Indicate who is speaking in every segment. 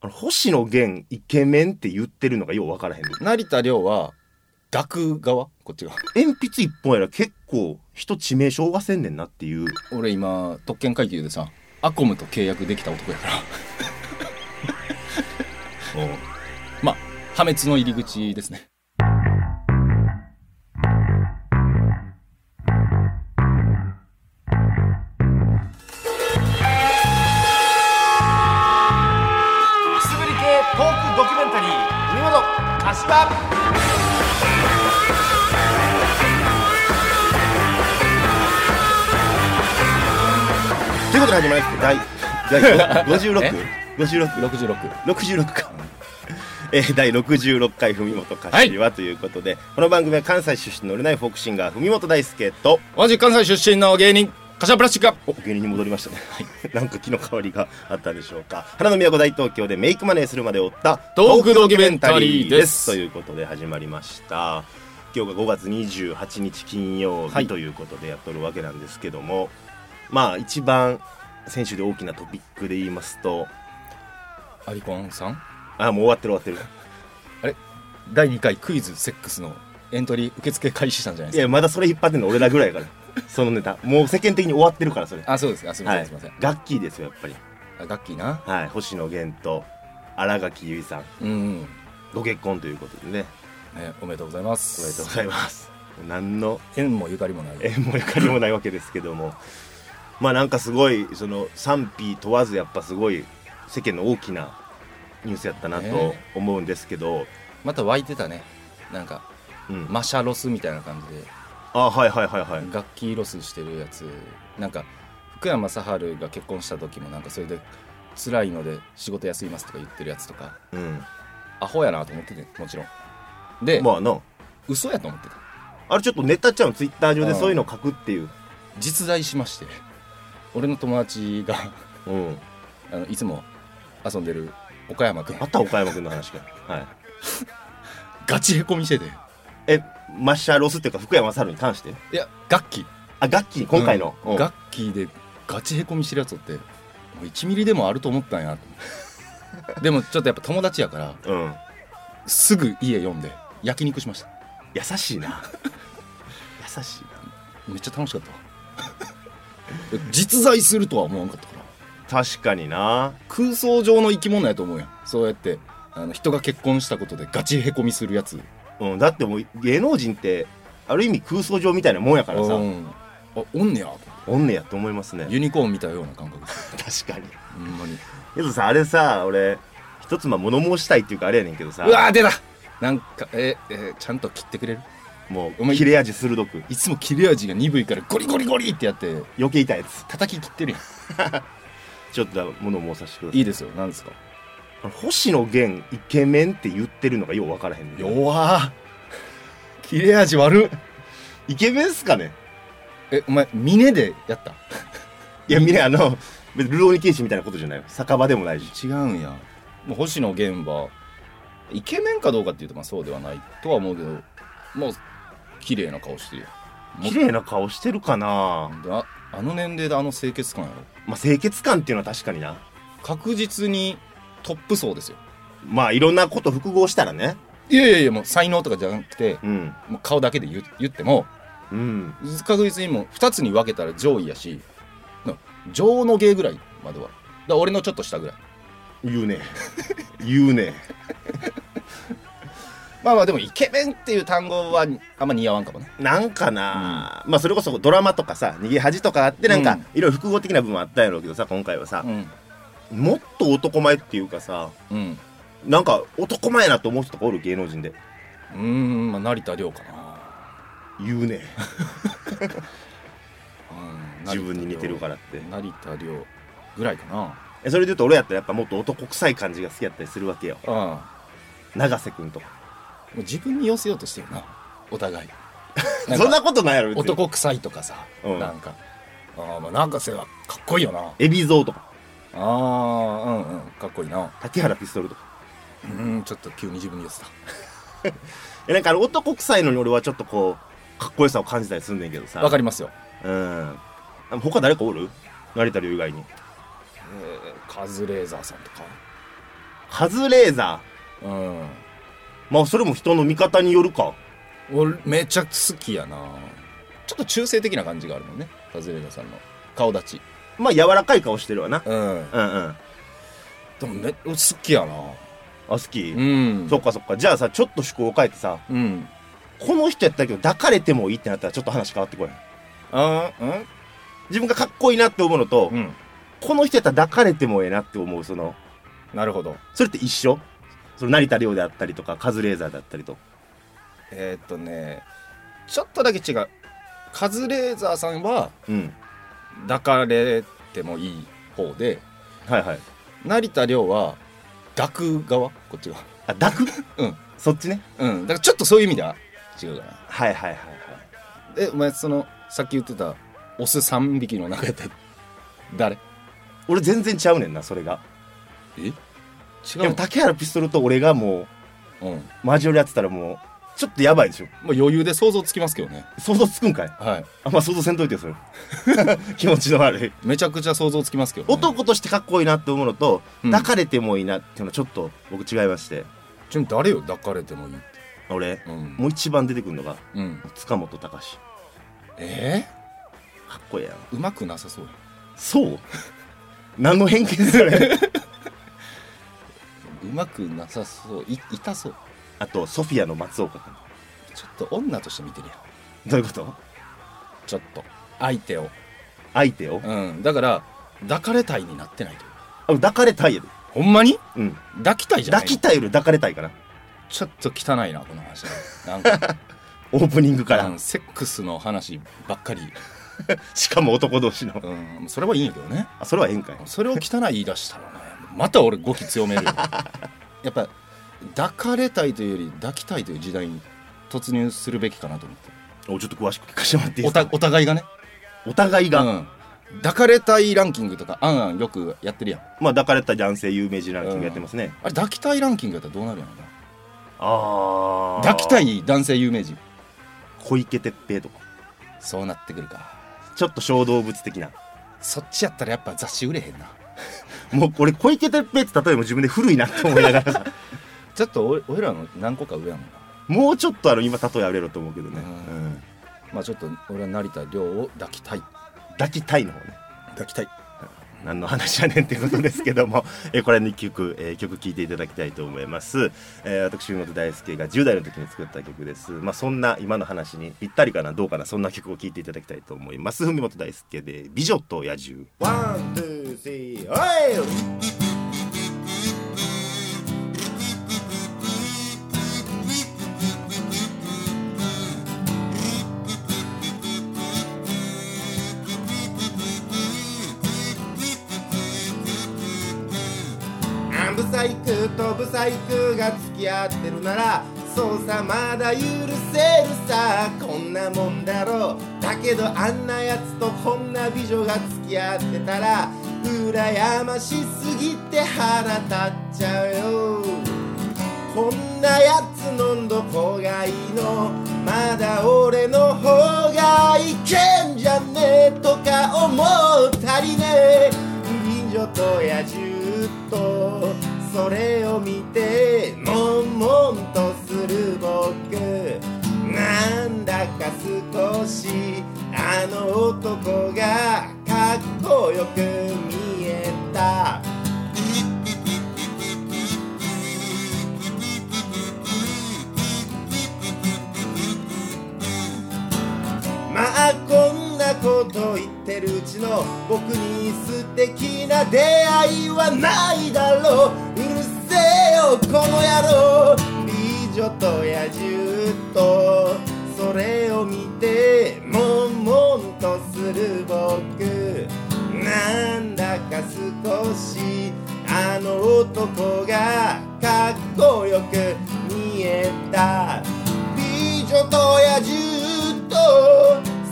Speaker 1: あの星野源イケメンって言ってるのがよう分からへんねん
Speaker 2: 成田凌は濁側こっち側
Speaker 1: 鉛筆一本やら結構人致命傷負わせんねんなっていう
Speaker 2: 俺今特権階級でさアコムと契約できた男や からまあ破滅の入り口ですね
Speaker 3: くすぶり系トークドキュメンタリー海本柏
Speaker 1: ということで始まりまして第第 56?56 56
Speaker 2: 66
Speaker 1: 66か、えー第66回文元柏はということで、この番組は関西出身の売れないフォークシンガー文元大輔と
Speaker 2: 同じ関西出身の芸人柏プラスチックが
Speaker 1: お芸人に戻りましたね、なんか気の変わりがあったでしょうか花の都大東京でメイクマネーするまで追った
Speaker 2: トークドキュメンタリーです
Speaker 1: ということで始まりました今日が5月28日金曜
Speaker 2: はい
Speaker 1: 日ということでやっとるわけなんですけども、まあ一番先週で大きなトピックで言いますと
Speaker 2: アリコンさん
Speaker 1: あもう終わってる終わって
Speaker 2: 第2回クイズセックスのエントリー受付開始したんじゃない
Speaker 1: るい
Speaker 2: です
Speaker 1: やまだそれ引っ張ってんの俺らぐらいや からそのネタもう世間的に終わってるからそれ
Speaker 2: かあそうですあすみません、
Speaker 1: はい
Speaker 2: すみません
Speaker 1: ガッキーですよやっぱり
Speaker 2: あガッキーな
Speaker 1: はい星野源と新垣結衣さん
Speaker 2: うん、ね、
Speaker 1: ご結婚ということでね
Speaker 2: おめでとうございま
Speaker 1: おめでとう
Speaker 2: す
Speaker 1: ございます。何の
Speaker 2: 縁もゆかりもない
Speaker 1: 縁もゆかりもないわけですけども、まあなんかすごいその賛否問わずやっぱすごい世間の大きなニュースやったなと
Speaker 2: ね
Speaker 1: 思うんですけど、
Speaker 2: また湧いてたねなんか
Speaker 1: うん、
Speaker 2: マシャロスみたいな感じで
Speaker 1: あはいはいはいはい。
Speaker 2: 楽器ロスしてるやつなんか福山雅治が結婚した時もなんかそれで辛いので仕事休みますとか言ってるやつとか
Speaker 1: うん、
Speaker 2: アホやなと思っててもちろんで、
Speaker 1: まあな
Speaker 2: 嘘やと思ってた
Speaker 1: あれちょっとネタちゃんのツイッター上で
Speaker 2: あー
Speaker 1: そういうの書くっていう。
Speaker 2: 実在しまして俺の友達が
Speaker 1: うん、
Speaker 2: あのいつも遊んでる岡山君
Speaker 1: また岡山君の話か。はい。
Speaker 2: ガチへこみしてて
Speaker 1: えマッシャーロスっていうか福山雅治に関して
Speaker 2: いや楽器
Speaker 1: あガッキー今回の、うん
Speaker 2: 楽器でガチへこみしてるやつおってもう1ミリでもあると思ったんやと 思ってでもちょっとやっぱ友達やから
Speaker 1: うん、
Speaker 2: すぐ家読んで焼肉しました
Speaker 1: 優しい な優しいな
Speaker 2: めっちゃ楽しかったわ 実在するとは思わんかったから
Speaker 1: 確かにな
Speaker 2: 空想上の生き物やと思うやんそうやってあの人が結婚したことでガチへこみするやつ
Speaker 1: うん、だってもう芸能人ってある意味空想上みたいなもんやからさ、
Speaker 2: うんあおんねやと
Speaker 1: おんねやと思いますね
Speaker 2: ユニコーン見たような感覚です
Speaker 1: 確かに
Speaker 2: ほんまに
Speaker 1: けどさあれさ俺一つまあ物申したいっていうかあれやねんけどさ
Speaker 2: うわー出たなんかええーちゃんと切ってくれる
Speaker 1: も
Speaker 2: お
Speaker 1: う
Speaker 2: 前
Speaker 1: 切れ味鋭く
Speaker 2: いつも切れ味が鈍いからゴリゴリゴリってやって
Speaker 1: 余計痛いやつ
Speaker 2: 叩き切ってるや
Speaker 1: ちょっと物申させてくだ
Speaker 2: ん
Speaker 1: さい
Speaker 2: いいですよなんですか
Speaker 1: あの星野源イケメンって言ってるのがよう分からへんねん
Speaker 2: 弱ー切れ味悪っ
Speaker 1: イケメンっすかね
Speaker 2: えお前峰でやった
Speaker 1: いやみんなあの別にルローニケンシみたいなことじゃないよ酒場でもないし
Speaker 2: 違うんやもう星野源はイケメンかどうかっていうとまあそうではないとは思うけどもう綺麗な顔してるよも
Speaker 1: 綺麗な顔してるかな
Speaker 2: ああの年齢であの清潔感やろ
Speaker 1: まあ清潔感っていうのは確かにな
Speaker 2: 確実にトップ層ですよ
Speaker 1: まあいろんなこと複合したらね
Speaker 2: いやいやいやもう才能とかじゃなくて
Speaker 1: うん
Speaker 2: もう顔だけで言う言っても
Speaker 1: うん
Speaker 2: 確実にもう2つに分けたら上位やしな上の芸ぐらいまではだから俺のちょっと下ぐらい
Speaker 1: 言うね言うね
Speaker 2: まあまあでもイケメンっていう単語はあんま似合わんかもね
Speaker 1: なんかな、まあそれこそドラマとかさ逃げ恥とかあってなんか、
Speaker 2: うん
Speaker 1: いろいろ複合的な部分あったんやろうけどさ今回はさ
Speaker 2: う、ん
Speaker 1: もっと男前っていうかさ
Speaker 2: うん
Speaker 1: なんか男前やなと思う人とかおる芸能人で
Speaker 2: うーんまあ成田凌かな
Speaker 1: 言うね
Speaker 2: うん
Speaker 1: 自分に似てるからって
Speaker 2: 成田凌ぐらいかな
Speaker 1: えそれで言うと俺やったらやっぱもっと男臭い感じが好きやったりするわけよ
Speaker 2: うん
Speaker 1: 永瀬君とか
Speaker 2: もう自分に寄せようとしてるな お互いなんか
Speaker 1: そんなことないやろ別に
Speaker 2: 男臭いとかさ、
Speaker 1: うん
Speaker 2: なんかあーまあなんかせはかっこいいよな
Speaker 1: 海老蔵とか
Speaker 2: あーうんうんかっこいいな
Speaker 1: 竹原ピストルとか
Speaker 2: うんちょっと急に自分に寄せた
Speaker 1: えなんかあの男臭いのに俺はちょっとこうかっこよさを感じたりすんねんけどさ
Speaker 2: わかりますよ、
Speaker 1: うん他誰かおる成田凌以外に
Speaker 2: えーカズレーザーさんとか
Speaker 1: カカズレーザ
Speaker 2: うん
Speaker 1: ーまあそれも人の見方によるか
Speaker 2: 俺めちゃ好きやなちょっと中性的な感じがあるもんねカズレーザーさんの顔立ち
Speaker 1: まあ柔らかい顔してるわな
Speaker 2: うん
Speaker 1: うんうんあ
Speaker 2: でもめ俺好きやな
Speaker 1: 好き、
Speaker 2: うん
Speaker 1: そっかそっかじゃあさちょっと趣向を変えてさ
Speaker 2: うん
Speaker 1: この人やったけど抱かれてもいいってなったらちょっと話変わってこい
Speaker 2: あー
Speaker 1: 自分がかっこいいなって思うのと、
Speaker 2: うんうん
Speaker 1: この人やったら抱かれてもええなって思うその
Speaker 2: なるほど
Speaker 1: それって一緒その成田凌であったりとかカズレーザーだったりと
Speaker 2: えーっとねちょっとだけ違うカズレーザーさんは
Speaker 1: うん
Speaker 2: 抱かれてもいい方で
Speaker 1: はいはい
Speaker 2: 成田凌は抱く側こっち側
Speaker 1: あ抱く
Speaker 2: うん
Speaker 1: そっちね
Speaker 2: うんだからちょっとそういう意味では違うかな
Speaker 1: はいはいはい
Speaker 2: えお前そのさっき言ってたオス3匹の中やったら誰
Speaker 1: 俺全然ちゃうねんなそれが
Speaker 2: え違
Speaker 1: でも
Speaker 2: う
Speaker 1: 竹原ピストルと俺がも
Speaker 2: の、うん、もう
Speaker 1: う交わり合ってたらもうちょっとやばいでしょ
Speaker 2: 余裕で想像つきますけどね
Speaker 1: 想像つくんかい
Speaker 2: はい
Speaker 1: あんま想像せんといてよそ れ気持ちの悪い
Speaker 2: めちゃくちゃ想像つきますけど、ね、
Speaker 1: 男としてかっこいいなって思うのと、
Speaker 2: うん
Speaker 1: 抱かれてもいいなっていうのはちょっと僕違いまして
Speaker 2: ちなみに誰よ抱かれてもいいって
Speaker 1: 俺
Speaker 2: うん、
Speaker 1: もう一番出てくるのが
Speaker 2: うん、
Speaker 1: 塚本高史
Speaker 2: え
Speaker 1: かっこいいやん
Speaker 2: ー、うまくなさそうや
Speaker 1: そう 何の偏見それ
Speaker 2: うまくなさそうい痛そう
Speaker 1: あとソフィアの松岡君
Speaker 2: ちょっと女として見てるやん
Speaker 1: どういうこと
Speaker 2: ちょっと相手を
Speaker 1: 相手を
Speaker 2: うんだから抱かれたいになってないと
Speaker 1: あ抱かれたいやで
Speaker 2: ほんまに
Speaker 1: うん
Speaker 2: 抱きたいじゃない
Speaker 1: 抱きたいより抱かれたいから
Speaker 2: ちょっと汚いなこの話なんか
Speaker 1: オープニングから、
Speaker 2: うんセックスの話ばっかり、
Speaker 1: しかも男同士の
Speaker 2: うん、それはいいんやけどね
Speaker 1: あそれはええんかい
Speaker 2: それを汚い言い出したらねまた俺語気強める よやっぱ抱かれたいというより抱きたいという時代に突入するべきかなと思って
Speaker 1: おちょっと詳しく聞かせてもらっていい
Speaker 2: お
Speaker 1: です
Speaker 2: た
Speaker 1: か
Speaker 2: お互いがね、
Speaker 1: お互いうが、
Speaker 2: ん、抱かれたいランキングとかあんあんよくやってるやんあ
Speaker 1: まあ抱かれた男性有名人ランキングやってますね、
Speaker 2: れ抱きたいランキングやったらどうなるんやろな
Speaker 1: ああ
Speaker 2: 抱きたい男性有名人
Speaker 1: 小池徹平とか
Speaker 2: そうなってくるか
Speaker 1: ちょっと小動物的な
Speaker 2: そっちやったらやっぱ雑誌売れへんな
Speaker 1: もう俺小池徹平って例えば自分で古いなって思いながら さ
Speaker 2: ちょっとお俺らの何個か上やもんな
Speaker 1: もうちょっとあの今例えあれろと思うけどね、
Speaker 2: う
Speaker 1: うん
Speaker 2: まあちょっと俺は成田凌を抱きたい
Speaker 1: 抱きたいの方ね
Speaker 2: 抱きたい
Speaker 1: 何の話やねんってことですけども えこれに曲、えー曲聴いていただきたいと思います、えー私梅本大輔が10代の時に作った曲ですまあそんな今の話にぴったりかなどうかなそんな曲を聴いていただきたいと思います梅本大輔で「美女と野獣」
Speaker 3: ワン、ツー、スリー、おいアンブサイクとブサイクが付き合ってるならそうさまだ許せるさこんなもんだろうだけどあんなやつとこんな美女が付き合ってたら羨ましすぎて腹立っちゃうよこんなやつのどこがいいのまだ俺の方がいけんじゃねえとか思ったりね美女と野獣とそれを見て悶々とする僕なんだか少しあの男がかっこよく見えたまあこんなこと言ってるうちの僕に素敵な出会いはないだろううるせえよこの野郎美女と野獣とそれを見て悶々とする僕なんだか少しあの男がかっこよく見えた美女と野獣と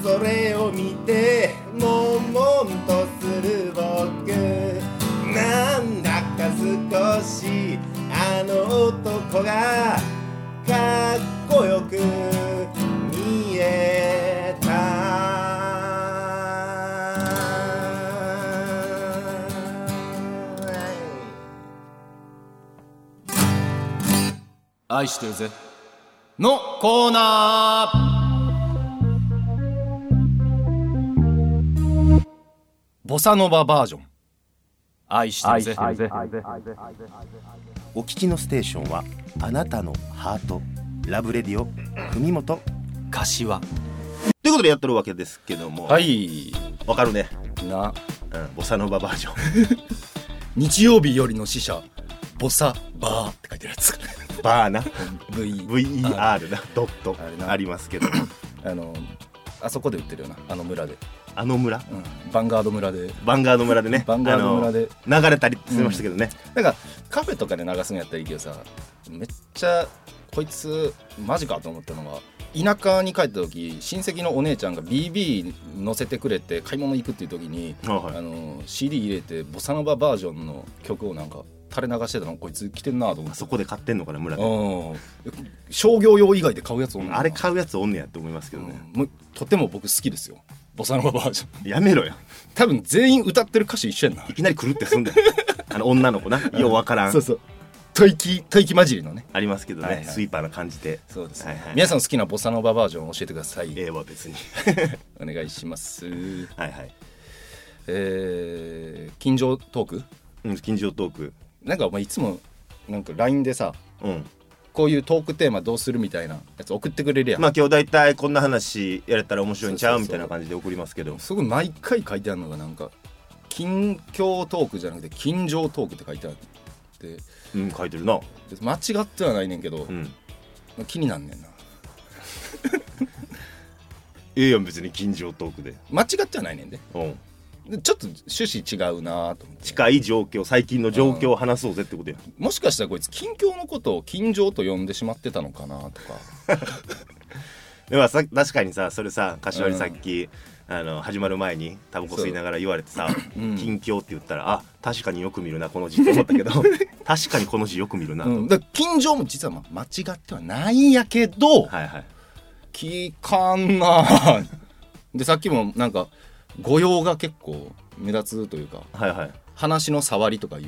Speaker 3: それを見て悶々とする僕なんだか少しあの男がかっこよく見えた
Speaker 2: 愛してるぜのコーナーボサノババージョン愛してるぜ
Speaker 1: お聞きのステーションはあなたのハートラブレディオ文元と
Speaker 2: 柏
Speaker 1: いうことでやってるわけですけども、
Speaker 2: はい
Speaker 1: わかるね、
Speaker 2: な
Speaker 1: うん、ボサノババージョン
Speaker 2: 日曜日よりの死者ボサバーって書いてるやつ
Speaker 1: バーな
Speaker 2: V
Speaker 1: VER なドット
Speaker 2: あれな
Speaker 1: ありますけど
Speaker 2: あのあそこで売ってるよなあの村で、
Speaker 1: あの村
Speaker 2: うん、ヴァンガード村で
Speaker 1: バンガード村でね
Speaker 2: ヴァンガード村で
Speaker 1: あの流れたりしてましたけどね、
Speaker 2: なんかカフェとかで流すのやったらいいけどさめっちゃこいつマジかと思ったのが田舎に帰った時親戚のお姉ちゃんが BB 乗せてくれて買い物行くっていう時に、
Speaker 1: はいはい
Speaker 2: あの CD 入れてボサノババージョンの曲をなんか垂れ流してたのこいつ来てんなと思
Speaker 1: あ
Speaker 2: って
Speaker 1: そこで買ってんのかな村で、
Speaker 2: うん商業用以外で買うやつおんのかな
Speaker 1: あれ買うやつおんねやって思いますけどね、
Speaker 2: うんもうとても僕好きですよボサノババージョン
Speaker 1: やめろよ
Speaker 2: 多分全員歌ってる歌詞一緒やんない
Speaker 1: きなり狂ってす んだよあの女の子なようわからん
Speaker 2: そうそう吐息吐息混じりのね
Speaker 1: ありますけどね、
Speaker 2: はいはい
Speaker 1: スイーパーな感じで
Speaker 2: そうですね、
Speaker 1: はいはい
Speaker 2: 皆さん好きなボサノババージョンを教えてください、
Speaker 1: ええわ別に
Speaker 2: お願いします
Speaker 1: はいはい、
Speaker 2: えー、近所トーク
Speaker 1: うん、近所トーク
Speaker 2: なんかお前いつもなんか LINE でさ
Speaker 1: うん
Speaker 2: こういうトークテーマどうするみたいなやつ送ってくれるやん、
Speaker 1: まあ今日大体こんな話やれたら面白いんちゃう
Speaker 2: そうそうそ
Speaker 1: みた
Speaker 2: う
Speaker 1: いな感じで送りますけど
Speaker 2: すごい毎回書いてあるのがなんか近況トークじゃなくて近所トークって書いてあってで
Speaker 1: うん書いてるな
Speaker 2: 間違ってはないねんけど
Speaker 1: う、ん
Speaker 2: 気になんねんな
Speaker 1: ええやん別に近所トークで、
Speaker 2: 間違ってはないねんで
Speaker 1: うん、
Speaker 2: でちょっと趣旨違うなと思って
Speaker 1: 近い状況最近の状況を話そうぜってことや
Speaker 2: もしかしたらこいつ近況のことを近所と呼んでしまってたのかなとか
Speaker 1: でもさ確かにさそれさ柏に
Speaker 2: うん
Speaker 1: さっき、あの始まる前にタバコ吸いながら言われてさ「
Speaker 2: うん
Speaker 1: 近況」って言ったら「あ確かによく見るなこの字」って思ったけ ど確かにこの字よく見るなと、
Speaker 2: うん、だから近所も実はま間違ってはないんやけど、
Speaker 1: はいはい
Speaker 2: 聞かんなでさっきもなんか誤用が結構目立つというか
Speaker 1: はいはい
Speaker 2: 話の触りとかいう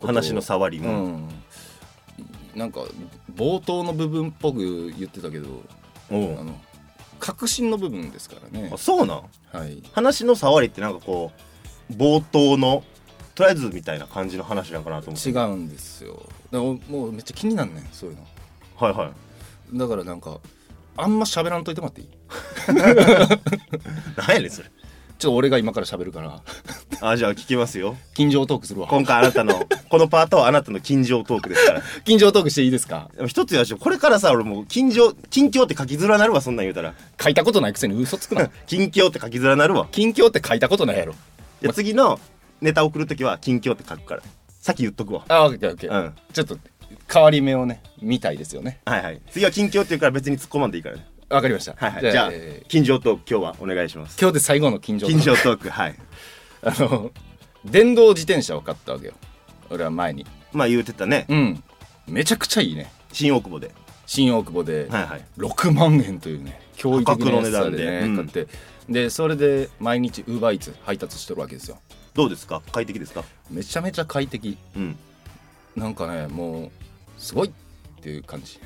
Speaker 2: ことを
Speaker 1: 話の触り
Speaker 2: う
Speaker 1: も、
Speaker 2: んなんか冒頭の部分っぽく言ってたけど
Speaker 1: お
Speaker 2: あ
Speaker 1: う
Speaker 2: の確信の部分ですからね
Speaker 1: あそうなん
Speaker 2: はい
Speaker 1: 話の触りってなんかこう冒頭のとりあえずみたいな感じの話なんかなと思って
Speaker 2: 違うんですよだからもうめっちゃ気になんねんそういうの
Speaker 1: はいはい
Speaker 2: だからなんかあんま喋らんといてもらっていい
Speaker 1: 何やねんそれ
Speaker 2: ちょっと俺が今から喋るから
Speaker 1: あじゃあ聞きますよ
Speaker 2: 近所トークするわ
Speaker 1: 今回あなたのこのパートはあなたの近所トークですから
Speaker 2: 近所トークしていいですか
Speaker 1: でも一つ言わせてこれからさ俺もう近所近況って書きづらなるわそんなん言うたら
Speaker 2: 書いたことないくせに嘘つくな
Speaker 1: 近況って書きづらなるわ
Speaker 2: 近況って書いたことないやろ
Speaker 1: じゃあ次のネタ送るときは近況って書くからさっき言っとくわ
Speaker 2: あオッケーオッケ
Speaker 1: う
Speaker 2: ー、
Speaker 1: ん
Speaker 2: ちょっと変わり目をね見たいですよね
Speaker 1: はいはい次は近況って言うから別に突っ込まんでいいからね
Speaker 2: わかりました
Speaker 1: はいはいじゃあ
Speaker 2: えー
Speaker 1: 近況トーク今日はお願いします
Speaker 2: 今日で最後の近所トー
Speaker 1: 近
Speaker 2: ク
Speaker 1: 況トークはい
Speaker 2: あの電動自転車を買ったわけよ俺は前に
Speaker 1: まあ言うてたね
Speaker 2: うんめちゃくちゃいいね
Speaker 1: 新大久保で
Speaker 2: 新大久保で、
Speaker 1: はいはい
Speaker 2: 6万円というね驚異的な安
Speaker 1: 破格の値
Speaker 2: さでね買
Speaker 1: 段
Speaker 2: っ
Speaker 1: で
Speaker 2: て、でそれで毎日ウーバーイーツ配達してるわけですよ
Speaker 1: どうですか快適ですか
Speaker 2: めちゃめちゃ快適
Speaker 1: うん
Speaker 2: なんかねもうすごいっていう感じ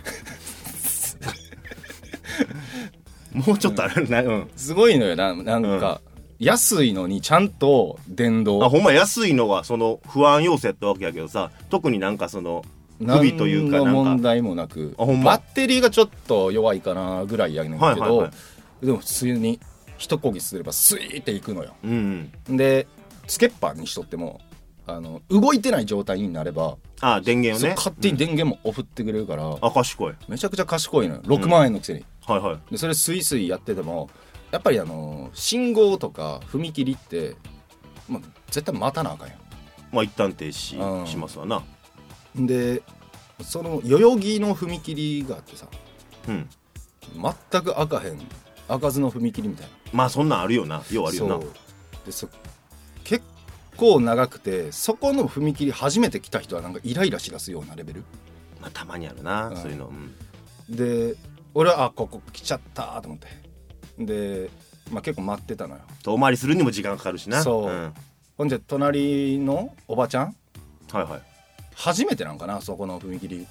Speaker 1: もうちょっとあるなうん
Speaker 2: すごいのよななんか、安いのにちゃんと電動
Speaker 1: あほんま安いのはその不安要素やったわけやけどさ特になんかその不備というか
Speaker 2: 何の
Speaker 1: なん
Speaker 2: 問
Speaker 1: か
Speaker 2: 題もなく
Speaker 1: あほんま
Speaker 2: バッテリーがちょっと弱いかなぐらいやねんけど、
Speaker 1: はいはいは
Speaker 2: でも普通に一こぎすればスイーっていくのよ
Speaker 1: うんうん
Speaker 2: でつけっぱにしとってもあの動いてない状態になれば、
Speaker 1: あ電源
Speaker 2: そう
Speaker 1: をね
Speaker 2: 勝手に電源もオフってくれるから、
Speaker 1: あ賢い
Speaker 2: めちゃくちゃ賢いのよ6万円のくせに、
Speaker 1: はいはい
Speaker 2: でそれスイスイやっててもやっぱりあの信号とか踏切って、まあ、絶対待たなあかんやん
Speaker 1: まあ一旦停
Speaker 2: う
Speaker 1: 止
Speaker 2: ん
Speaker 1: しますわな
Speaker 2: でその代々木の踏切があってさ
Speaker 1: うん
Speaker 2: 全く開かへん開かずの踏切みたい
Speaker 1: まあそんなんあるよなよう
Speaker 2: な
Speaker 1: あるよな
Speaker 2: そうでそ結構長くてそこの踏切初めて来た人はなんかイライラしだすようなレベル
Speaker 1: まあたまにあるな、
Speaker 2: うん
Speaker 1: そういうの、うん
Speaker 2: で俺はあここ来ちゃったと思ってで、まあ、結構待ってたのよ
Speaker 1: 遠回りするにも時間かかるしな
Speaker 2: そうん
Speaker 1: はい
Speaker 2: ほんじゃ隣のおばちゃん
Speaker 1: はい
Speaker 2: 初めてなんかなそこの踏切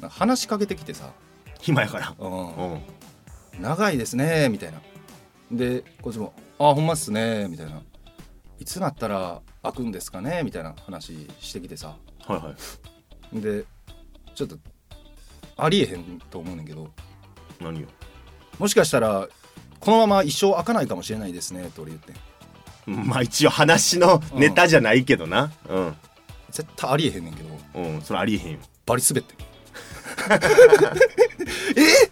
Speaker 2: なんか話しかけてきてさ
Speaker 1: 暇やから
Speaker 2: 「うん
Speaker 1: うんうん
Speaker 2: 長いですね」みたいなでこっちも「あほんまっすね」みたいな「いつなったら開くんですかね」みたいな話してきてさ
Speaker 1: はいはい
Speaker 2: でちょっとありえへんと思うねんけど
Speaker 1: 何よ
Speaker 2: もしかしたらこのまま一生開かないかもしれないですねって俺言ってん
Speaker 1: まあ一応話のネタじゃないけどなうん
Speaker 2: 絶対ありえへんねんけど
Speaker 1: うんそれありえへんよ
Speaker 2: バリ滑ってん え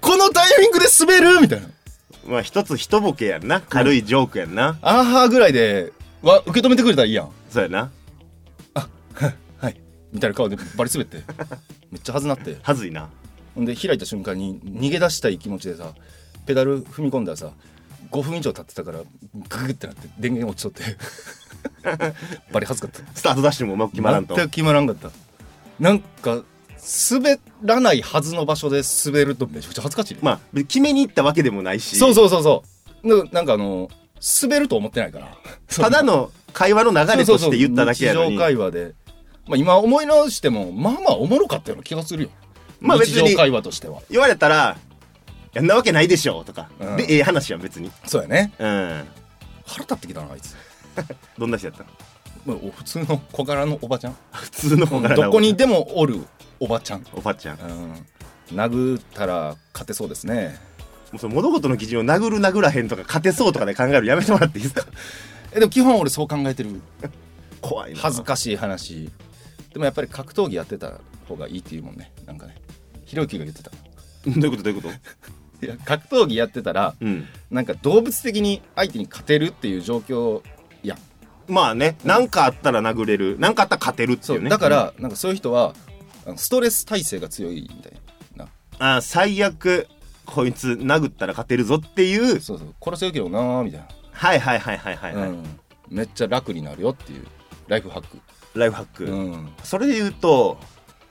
Speaker 2: このタイミングで滑るみたいな
Speaker 1: まあ一つ一ボケやんな軽いジョークやんな
Speaker 2: あーはーぐらいでわ受け止めてくれたらいいやん
Speaker 1: そうやな
Speaker 2: はいみたいな顔でバリ滑ってめっちゃはずなって
Speaker 1: はずいな
Speaker 2: ほんで開いた瞬間に逃げ出したい気持ちでさペダル踏み込んだらさ5分以上経ってたからググってなって電源落ちとって バリ恥ずかった
Speaker 1: スタートダッシュもうまく決まらんと
Speaker 2: 全く決まらんかったなんか滑らないはずの場所で滑るとめちゃくちゃ恥ずかしいね、
Speaker 1: まあ別に決めに行ったわけでもないし
Speaker 2: そうそうそうそうななんかあの滑ると思ってないから
Speaker 1: ただの会話の流れとして言っただけやのに
Speaker 2: そうそうそう日常会話で、まあ、今思い直してもまあまあおもろかったような気がするよ、
Speaker 1: まあ別に
Speaker 2: 日常会話としては
Speaker 1: 言われたら「やんなわけないでしょ」とか、
Speaker 2: うん
Speaker 1: でええ話やん別に
Speaker 2: そうやね
Speaker 1: うん
Speaker 2: 腹立ってきたなあいつ、
Speaker 1: どんな人やったの
Speaker 2: まあ、お普通の小柄のおばちゃん
Speaker 1: 普通の方から
Speaker 2: どこにでもおるおばちゃん、
Speaker 1: おばちゃんも
Speaker 2: うん、殴ったら勝てそうですね
Speaker 1: うその物事の基準を殴る殴らへんとか勝てそうとかで考えるのやめてもらっていいですか
Speaker 2: えでも基本俺そう考えてる
Speaker 1: 怖いな
Speaker 2: 恥ずかしい話でもやっぱり格闘技やってた方がいいっていうもんねなんかねひろゆきが言ってた
Speaker 1: どういうことどういうこと
Speaker 2: いや格闘技やってたら
Speaker 1: うん
Speaker 2: なんか動物的に相手に勝てるっていう状況やん
Speaker 1: まあね何かあったら殴れる何かあったら勝てるって
Speaker 2: そ
Speaker 1: いううね
Speaker 2: だからなんかそういう人はあのストレス耐性が強いみたいな
Speaker 1: あー最悪こいつ殴ったら勝てるぞっていう
Speaker 2: そうそう殺せるけどなーみたいな、
Speaker 1: はいはいはいはいはい、はい
Speaker 2: うん、めっちゃ楽になるよっていうライフハック
Speaker 1: ライフハック、
Speaker 2: うん
Speaker 1: それで言うと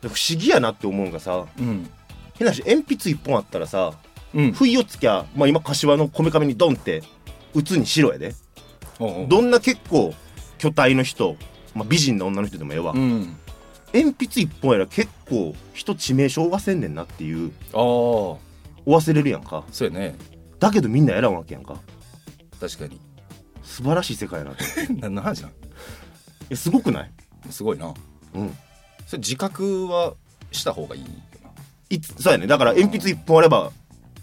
Speaker 1: 不思議やなって思うのがさ
Speaker 2: うん
Speaker 1: 変な話鉛筆一本あったらさ
Speaker 2: うん
Speaker 1: 不意をつきゃ、まあ、今柏のこめかみにドンって打つにしろやで
Speaker 2: おうおう
Speaker 1: どんな結構巨体の人、まあ、美人な女の人でもええわ、
Speaker 2: うん
Speaker 1: 鉛筆一本やら結構人致命傷負わせんねんなっていう
Speaker 2: ああそ
Speaker 1: 負わせれるやんか
Speaker 2: うやね
Speaker 1: だけどみんな選ぶわけやんか
Speaker 2: 確かに
Speaker 1: 素晴らしい世界やなってい
Speaker 2: ななじゃ
Speaker 1: やすごくない、
Speaker 2: んすごいな
Speaker 1: うん、
Speaker 2: それ自覚はした方がいいよない
Speaker 1: つそうやねだから鉛筆一本あれば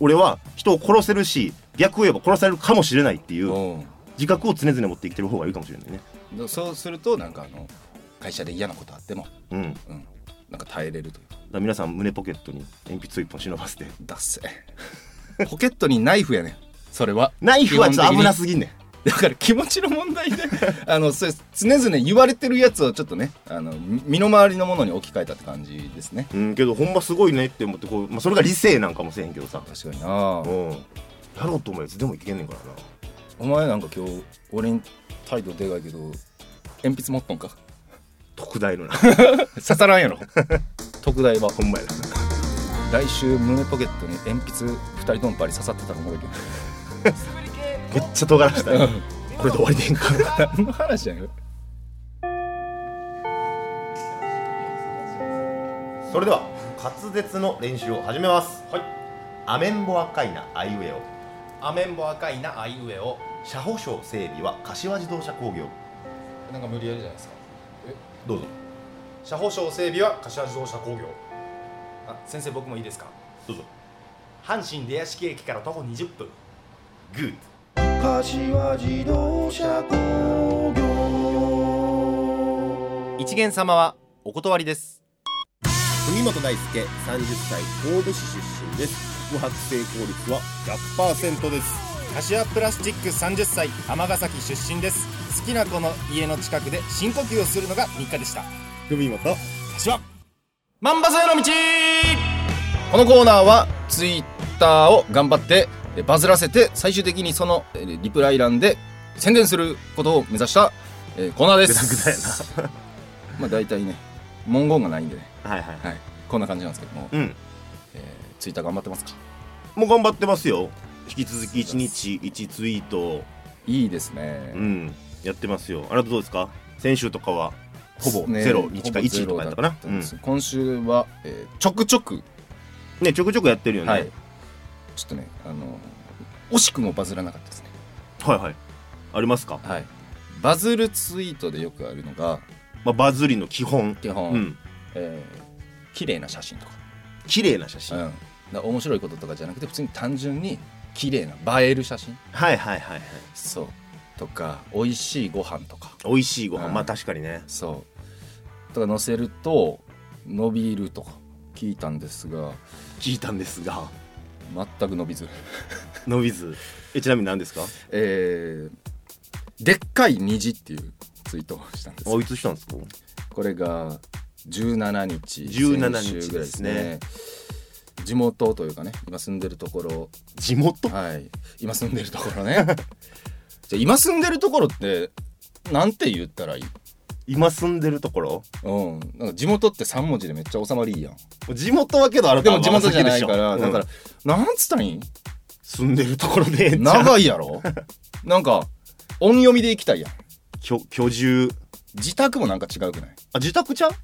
Speaker 1: 俺は人を殺せるし逆を言えば殺されるかもしれないっていう
Speaker 2: うん
Speaker 1: 自覚を常々持って生きてる方がいいかもしれないね
Speaker 2: でそうするとなんかあの会社で嫌なことあっても、
Speaker 1: うんだか
Speaker 2: うん、なんか耐えれるという
Speaker 1: ら皆さん胸ポケットに鉛筆を一本忍ばせて
Speaker 2: だっせ ポケットにナイフやねんそれは
Speaker 1: ナイフはちょっと危な
Speaker 2: 基本的
Speaker 1: すぎんねん
Speaker 2: に だから気持ちの問題で あのそれ常々言われてるやつをちょっとねあのみ身の回りのものに置き換えたって感じですね
Speaker 1: うん、けどほんますごいねって思ってこう、まあ、それが理性なんかもせえへんけどさ、
Speaker 2: 確かにな
Speaker 1: うん、やろうと思うやつでもいけんねんからな
Speaker 2: お前なんか今日俺に態度でかいけど鉛筆持っとんか
Speaker 1: 特大のな
Speaker 2: 刺さらんやろ特大は
Speaker 1: ほんまやな
Speaker 2: 来週胸ポケットに鉛筆2人ともバリ刺さってたらおもろいけど
Speaker 1: めっちゃ尖らしたよこれで終わりでいいんかな
Speaker 2: 何の話やねん
Speaker 1: それでは滑舌の練習を始めますはいアメンボ赤いなアイウェオ
Speaker 2: アメンボ赤いなあいうえを
Speaker 1: 車保証整備は柏自動車工業
Speaker 2: なんか無理やりじゃないですか
Speaker 1: どうぞ
Speaker 2: 車保証整備は柏自動車工業あ先生僕もいいですか
Speaker 1: どうぞ
Speaker 4: 阪神出屋敷駅から徒歩20分
Speaker 1: グッ
Speaker 3: 柏自動車工業
Speaker 4: 一元様はお断りです
Speaker 3: 文本大輔30歳神戸市出身です不発成功率は100%です
Speaker 4: 柏プラスチック30歳尼崎出身です好きな子の家の近くで深呼吸をするのが日課でした
Speaker 3: 文本
Speaker 4: 柏万馬への道
Speaker 2: このコーナーはツイッターを頑張ってえバズらせて最終的にそのえリプライ欄で宣伝することを目指したえーコーナーです
Speaker 1: グダグダや
Speaker 2: な まあ大体ね文言がないんでね、
Speaker 1: なはいはい
Speaker 2: はい、こんな感じなんですけども、
Speaker 1: うん
Speaker 2: えーツイッター頑張ってますか
Speaker 1: もう頑張ってますよ引き続き1日1ツイート
Speaker 2: いいですね
Speaker 1: うんやってますよあなたどうですか先週とかはほぼゼロに近い1とかやったかな
Speaker 2: ほぼゼロだんです今週は、えーちょくちょく、
Speaker 1: ねちょくちょくやってるよね、
Speaker 2: は
Speaker 1: はいい、、
Speaker 2: ちょっとねあの惜しくもバズらなかったですね、
Speaker 1: はいありますか、
Speaker 2: はい、バズるツイートでよくあるのが
Speaker 1: まあ、バズりの基本
Speaker 2: 基本、
Speaker 1: うん
Speaker 2: えー綺麗な写真とか,、
Speaker 1: 綺麗な写真、
Speaker 2: うん、だから面白いこととかじゃなくて普通に単純に綺麗な映える写真
Speaker 1: はいはいはいはい
Speaker 2: そうとか美味しいご飯とか
Speaker 1: 美味しいご飯、
Speaker 2: うん
Speaker 1: まあ確かにね
Speaker 2: そうとか載せると伸びるとか聞いたんですが
Speaker 1: 聞いたんですが
Speaker 2: 全く伸びず
Speaker 1: 伸びずえちなみに何です か
Speaker 2: えーでっかい虹っていうツイートをしたんです
Speaker 1: あいつしたんですか
Speaker 2: これが17日
Speaker 1: 17
Speaker 2: 先週ぐらいです
Speaker 1: 日
Speaker 2: ね地元というかね今住んでるところ
Speaker 1: 地元
Speaker 2: はい今住んでるところね じゃあ今住んでるところってなんて言ったらいい
Speaker 1: 今住んでるところ
Speaker 2: うん、なんか地元って3文字でめっちゃ収まりいいやん
Speaker 1: 地元はけどあれ
Speaker 2: でも地元じゃないから、
Speaker 1: だ
Speaker 2: だか
Speaker 1: からら、
Speaker 2: なんつったらいい
Speaker 1: 住んでるところでええんちゃう
Speaker 2: 長いやろなんか音読みで行きたいやん
Speaker 1: 居居住
Speaker 2: 自宅もなんか違うくない
Speaker 1: あ自宅ちゃう
Speaker 2: だか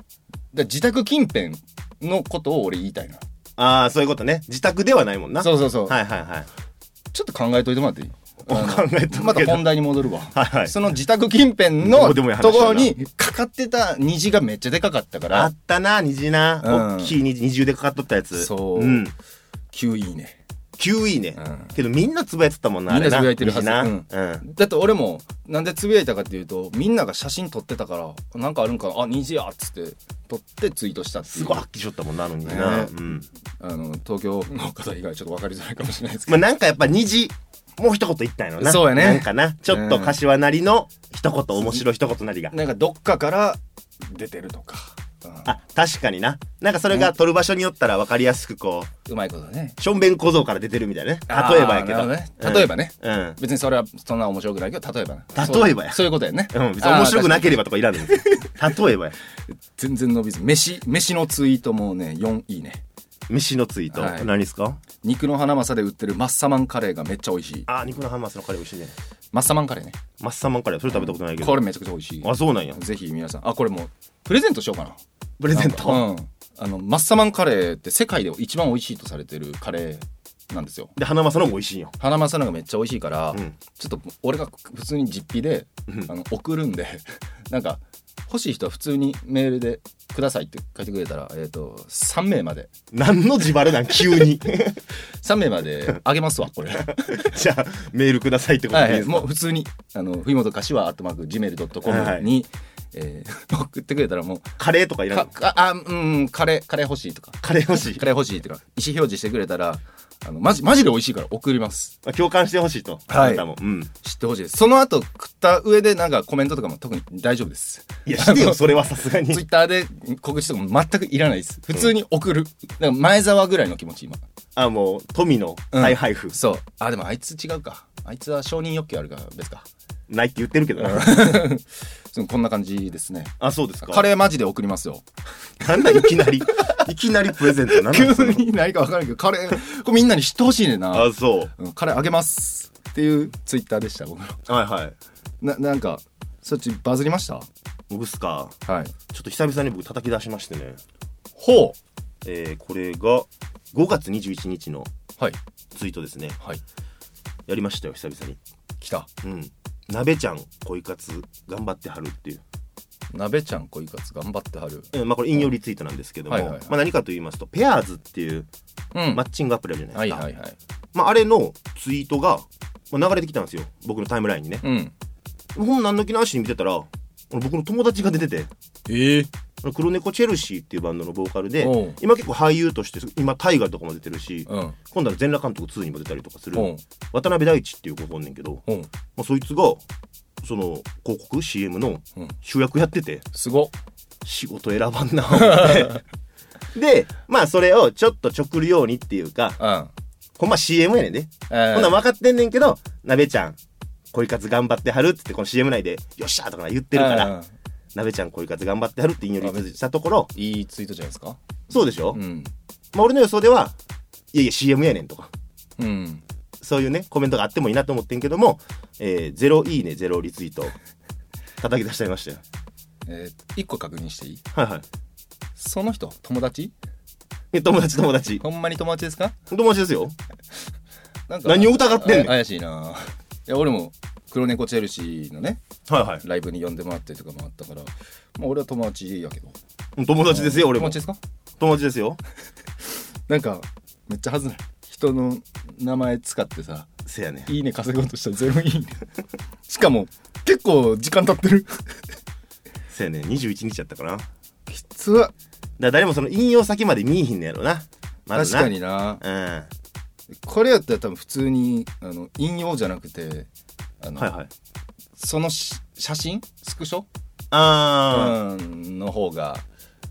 Speaker 2: ら自宅近辺のことを俺言いたいな
Speaker 1: ああそういうことね自宅ではないもんな
Speaker 2: そうそうそう、
Speaker 1: はいはいはい
Speaker 2: ちょっと考えといてもらっていい
Speaker 1: お
Speaker 2: あ の
Speaker 1: 考えとくけど
Speaker 2: また本題に戻るわ、
Speaker 1: はいはい
Speaker 2: その自宅近辺
Speaker 1: ど
Speaker 2: の
Speaker 1: うでもいい話だ
Speaker 2: と
Speaker 1: な
Speaker 2: ころにかかってた虹がめっちゃでかかったか
Speaker 1: あ
Speaker 2: ら
Speaker 1: ったな虹な、
Speaker 2: うん
Speaker 1: 大きい虹二重でかかっとったやつ
Speaker 2: そう
Speaker 1: うん、
Speaker 2: 9いいね
Speaker 1: 9位ね、
Speaker 2: うん
Speaker 1: けどみんなつぶやいてたもんなあれな
Speaker 2: みんなつぶやいてるはず
Speaker 1: 虹なうん
Speaker 2: だって俺もなんでつぶやいたかっていうとみんなが写真撮ってたからなんかあるんかなあ虹やっつって撮ってツイートしたっていう
Speaker 1: すごい発揮しとったもんなあの虹な、
Speaker 2: ね
Speaker 1: うん
Speaker 2: あの東京の方以外ちょっと分かりづらいかもしれないですけ
Speaker 1: ま
Speaker 2: ど、
Speaker 1: あ、なんかやっぱ虹もう一言言ったんやろな
Speaker 2: そうやね
Speaker 1: なんかなちょっと柏なりの一言面白い一言なりが
Speaker 2: なんかどっかから出てるとか、うん
Speaker 1: あ確かにななんかそれが撮る場所によったら分かりやすくこう
Speaker 2: うまいことね
Speaker 1: しょんべん小僧から出てるみたいなね例えばやけ
Speaker 2: あー
Speaker 1: ど
Speaker 2: なるほどね例えばね、
Speaker 1: うん、うん
Speaker 2: 別にそれはそんな面白くないけど例えばな
Speaker 1: 例えばや
Speaker 2: そうそういうことやね、
Speaker 1: うん、別に面白くなけ
Speaker 2: れ
Speaker 1: ればとかいらんの例えばや
Speaker 2: 全然伸びず飯飯のツイートもね4いいね
Speaker 1: 飯のツイート、
Speaker 2: はい
Speaker 1: 何ですか
Speaker 2: 肉のハナマサで売ってるマッサマンカレーがめっちゃ美味しい
Speaker 1: あー肉のハンマースのカレー美味しいね
Speaker 2: マッサマンカレーね
Speaker 1: マッサマンカレーそれ食べたことないけど
Speaker 2: これめちゃくちゃ美味しい
Speaker 1: あそうなんや
Speaker 2: ぜひ皆さんあこれもうプレゼントしようかな
Speaker 1: プレゼン
Speaker 2: な
Speaker 1: ト
Speaker 2: んかうん、あのマッサマンカレーって世界で一番美味しいとされてるカレーなんですよ
Speaker 1: で花正のも美味しいんよ
Speaker 2: 花マサのがめっちゃ美味しいから、
Speaker 1: ん
Speaker 2: ちょっと俺が普通に実費で、
Speaker 1: うん
Speaker 2: あの送るんで なんか欲しい人は普通にメールで「ください」って書いてくれたら、えー、と3名まで
Speaker 1: 何の自腹なん急 に
Speaker 2: 3名まであげますわ これ
Speaker 1: じゃあメールくださいってこと
Speaker 2: は
Speaker 1: でいい
Speaker 2: い、
Speaker 1: ですか
Speaker 2: もう普通にあの冬本柏アットマーク Gmail.com に、
Speaker 1: はい
Speaker 2: えー 送ってくれたらもう
Speaker 1: カレーとかいら
Speaker 2: か
Speaker 1: ん
Speaker 2: かあうんカレーカレー欲しいとか
Speaker 1: カレー欲しい
Speaker 2: カレー欲しいとか意思表示してくれたらあのマジマジで美味しいから送ります
Speaker 1: あ共感してほしいと、
Speaker 2: はい
Speaker 1: あなたも、うん、
Speaker 2: 知ってほしいですその後食った上でなんかコメントとかも特に大丈夫です
Speaker 1: いやして
Speaker 2: あ
Speaker 1: よ
Speaker 2: の
Speaker 1: それはさすがに
Speaker 2: ツイッターで告知とかも全くいらないです普通に送る、なんか前澤ぐらいの気持ち今
Speaker 1: あもう富の再配布、
Speaker 2: そうあでもあいつ違うかあいつは承認欲求あるから別か
Speaker 1: ないって言ってるけどな、
Speaker 2: そうこんな感じですね
Speaker 1: あそうですか
Speaker 2: カレーマジで送りますよ
Speaker 1: なんだいきな りいきなりプレゼントなんなんそ
Speaker 2: 急
Speaker 1: れ
Speaker 2: に何か分からんけどカレーこれみんなに知ってほしいねんな
Speaker 1: あそう
Speaker 2: うんカレーあげますっていうツイッターでした僕の
Speaker 1: はいはい
Speaker 2: ななんかそっちバズりました
Speaker 1: 僕っすか
Speaker 2: はい
Speaker 1: ちょっと久々に僕叩き出しましてね
Speaker 2: ほ
Speaker 1: えー、これが5月21日の
Speaker 2: うはい
Speaker 1: ツイートですね
Speaker 2: はい
Speaker 1: やりましたよ久々に
Speaker 2: 来た
Speaker 1: うん鍋ちゃん恋活頑張ってはるっていう、
Speaker 2: 鍋ちゃん恋活頑張ってはる
Speaker 1: うんまあ、これ引用リツイートなんですけども、
Speaker 2: はいはいはい
Speaker 1: まあ、何かと言いますとペアーズっていう
Speaker 2: うん
Speaker 1: マッチングアプリあるじゃな
Speaker 2: はいい
Speaker 1: ですか、
Speaker 2: はいはい
Speaker 1: まあ、あれのツイートが、まあ、流れてきたんですよ僕のタイムラインにね
Speaker 2: うん
Speaker 1: ほん何の気なしに見てたら僕の友達が出てて
Speaker 2: ええ
Speaker 1: 黒猫チェルシーっていうバンドのボーカルで
Speaker 2: おう
Speaker 1: 今結構俳優として今大河とかも出てるし
Speaker 2: うん
Speaker 1: 今度は全裸監督2にも出たりとかする
Speaker 2: うん
Speaker 1: 渡辺大地っていう子がおんねんけど、
Speaker 2: うん
Speaker 1: まあ、そいつがその広告 CM の
Speaker 2: うん
Speaker 1: 主役やってて
Speaker 2: すごっ
Speaker 1: 仕事選ばんな思ってでまあそれをちょっとちょくるようにっていうか
Speaker 2: うん
Speaker 1: ほんま CM やねんね
Speaker 2: えー
Speaker 1: ほんなん分かってんねんけど鍋ちゃん恋活頑張ってはるってこの CM 内で「よっしゃ!」とか言ってるから
Speaker 2: うん
Speaker 1: 「鍋ちゃん恋活頑張ってはる」って引用リツイートしたところ
Speaker 2: いいツイートじゃないですか
Speaker 1: そうでしょ、
Speaker 2: うん
Speaker 1: まあ、俺の予想では「いやいや CM やねん」とか
Speaker 2: うん
Speaker 1: そういうねコメントがあってもいいなと思ってんけども、えー、ゼロいいねゼロリツイート叩き出しちゃいましたよ
Speaker 2: え1個確認していい
Speaker 1: はいはい
Speaker 2: その人友達
Speaker 1: え友達友達
Speaker 2: ほんまに友達ですか
Speaker 1: 友達ですよ
Speaker 2: なんか
Speaker 1: 何を疑ってんねん
Speaker 2: あ怪しいないや俺も黒猫チェルシーのね
Speaker 1: はいは
Speaker 2: ライブに呼んでもらってとかもあったからまあ俺は友達やけど
Speaker 1: い友達ですよ俺も
Speaker 2: 友達ですか
Speaker 1: 友達ですよ
Speaker 2: なんかめっちゃはずない人の名前使ってさ
Speaker 1: せやねん
Speaker 2: いいね稼ごうとしたら全部いいねしかも結構時間経ってる
Speaker 1: せやねん21日やったかなだか
Speaker 2: きつわ
Speaker 1: ら誰もその引用先まで見いひんねやろなま
Speaker 2: 確
Speaker 1: ずな
Speaker 2: かにな
Speaker 1: うんは
Speaker 2: これやったら多分普通にあの引用じゃなくてあ
Speaker 1: い
Speaker 2: の、
Speaker 1: はい
Speaker 2: そのし写真スクショ、
Speaker 1: あ
Speaker 2: うんの方が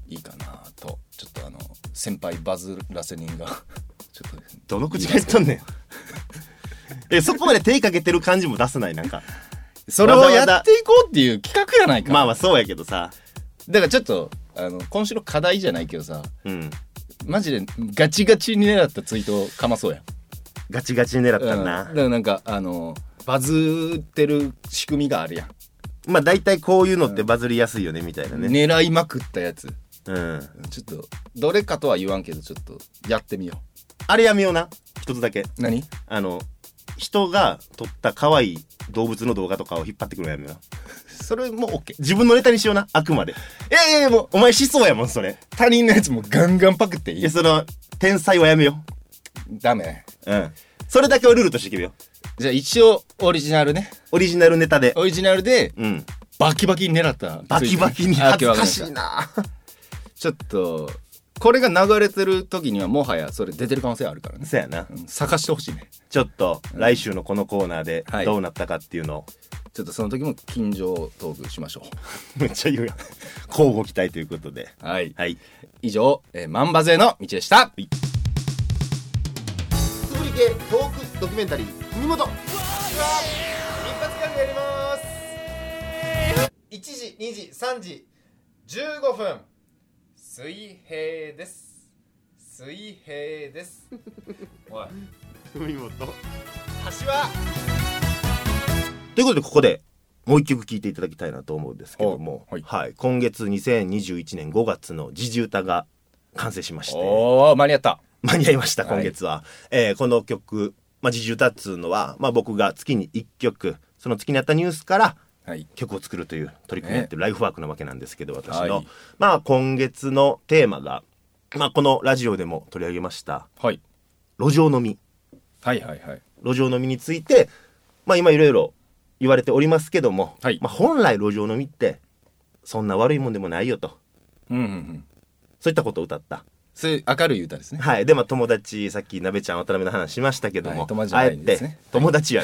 Speaker 2: いいかなとちょっとあの先輩バズらせ人が ちょっと
Speaker 1: ーどの口が言っとんねん えそこまで手かけてる感じも出せない なんか
Speaker 2: それをやっていこうっていう企画やないか
Speaker 1: まあまあそうやけどさ
Speaker 2: だからちょっとあの今週の課題じゃないけどさ
Speaker 1: うん
Speaker 2: マジでガチガチに狙ったツイートをかまそうや
Speaker 1: ガチガチに狙っ
Speaker 2: うん
Speaker 1: たん
Speaker 2: だか
Speaker 1: な、
Speaker 2: らなんかあのバズってる仕組みがあるやん、
Speaker 1: まあ大体こういうのってバズりやすいよねみたいなね
Speaker 2: 狙いまくったやつ
Speaker 1: うん
Speaker 2: ちょっとどれかとは言わんけどちょっとやってみよ
Speaker 1: あれやめような一つだけ
Speaker 2: う何
Speaker 1: あの人が撮った可愛い動物の動画とかを引っ張ってくるのやめような
Speaker 2: それも OK
Speaker 1: 自分のネタにしようなあくまで
Speaker 2: いやいやいやもう
Speaker 1: お前しそうやもんそれ
Speaker 2: 他人のやつもガンガンパクってい
Speaker 1: い
Speaker 2: い
Speaker 1: やその天才はやめよ
Speaker 2: ダメ
Speaker 1: ううんそれだけをルールとして決めよう
Speaker 2: じゃあ一応オリジナルね
Speaker 1: オリジナルネタで
Speaker 2: オリジナルで
Speaker 1: うん
Speaker 2: バキバキに狙った
Speaker 1: バキバキに恥ずかしい
Speaker 2: な
Speaker 1: な
Speaker 2: ちょっとこれが流れてる時にはもはやそれ出てる可能性あるからね
Speaker 1: そうやな
Speaker 2: うん探してほしいね
Speaker 1: ちょっと来週のこのコーナーで
Speaker 2: はい
Speaker 1: どうなったかっていうのを
Speaker 2: ちょっとその時も近所トークしましょ
Speaker 1: めっちゃ言うやん交互期待ということで
Speaker 2: うはい
Speaker 1: はい
Speaker 2: 以上、えー、マンバ勢の道でした
Speaker 3: つぶり系トークドキュメンタリー「国本」一発ギャグやります
Speaker 4: 1時2時3時15分水平です水平ですおい
Speaker 1: 海本
Speaker 4: 橋は
Speaker 1: ということでここでもう一曲聴いていただきたいなと思うんですけども、
Speaker 2: おは
Speaker 1: はいい今月2021年5月の時事歌が完成しまして
Speaker 2: おお間に合った
Speaker 1: 間に合いました
Speaker 2: はい
Speaker 1: 今月は、えーこの曲、まあ、時事歌っつうのは、まあ、僕が月に1曲その月にあったニュースから
Speaker 2: はい
Speaker 1: 曲を作るという取り組みをやってるライフワークなわけなんですけど私の、
Speaker 2: はい
Speaker 1: まあ今月のテーマが、まあ、このラジオでも取り上げました
Speaker 2: はい
Speaker 1: 路上飲み
Speaker 2: はいはいはい
Speaker 1: 路上飲みについて、まあ、今いろいろ言われておりますけども、
Speaker 2: はい
Speaker 1: まあ、本来路上飲みってそんな悪いもんでもないよと
Speaker 2: うんうんうん
Speaker 1: そういったことを歌った。
Speaker 2: そういう明るい歌ですね
Speaker 1: はい、でまあ友達さっきなべちゃん渡辺の話しましたけども、
Speaker 2: はい友達じゃ
Speaker 1: あ
Speaker 2: な
Speaker 1: え
Speaker 2: いんです
Speaker 1: て
Speaker 2: ね
Speaker 1: 友達 や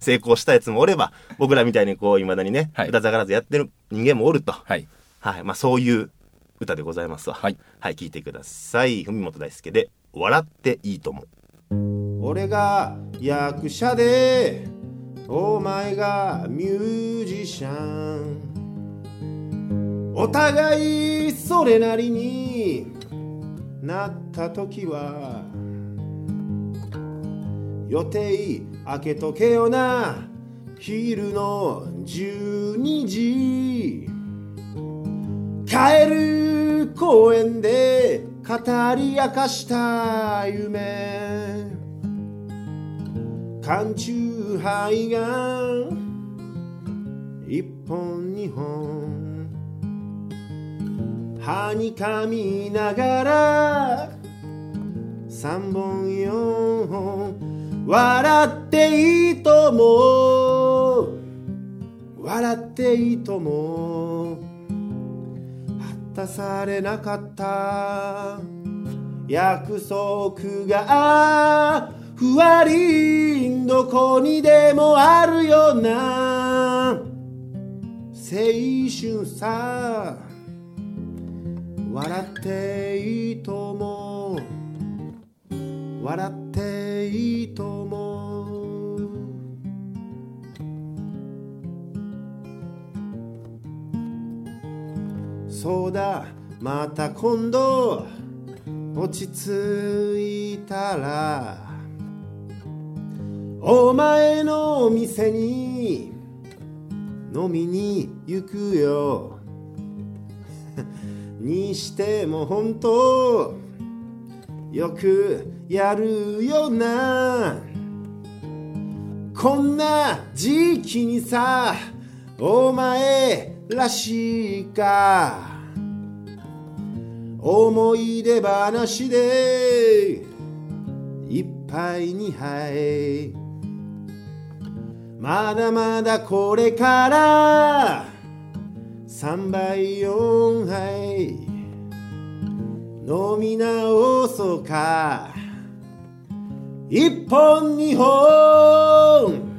Speaker 1: 成功したやつもおれば僕らみたいにこういまだにね、
Speaker 2: はい
Speaker 1: 歌ざからずやってる人間もおると、
Speaker 2: はい
Speaker 1: はい、まあそういう歌でございますわ。
Speaker 2: はい。
Speaker 1: はい、聞いてください。文本大輔で笑っていいと思う。
Speaker 3: 俺が役者でお前がミュージシャンお互いそれなりになった時は予定開けとけよな昼の12時帰る公園で語り明かした夢缶中杯が一本二本歯にかみながら三本四本笑っていいと思う笑っていいと思う果たされなかった約束がふわりどこにでもあるような青春さ笑っていいと思う笑っていいと思うそうだまた今度落ち着いたらお前のお店に飲みに行くよ にしても本当よくやるよなこんな時期にさお前らしいか思い出話でいっぱいにはいまだまだこれから3杯4杯飲み直そうか1本2本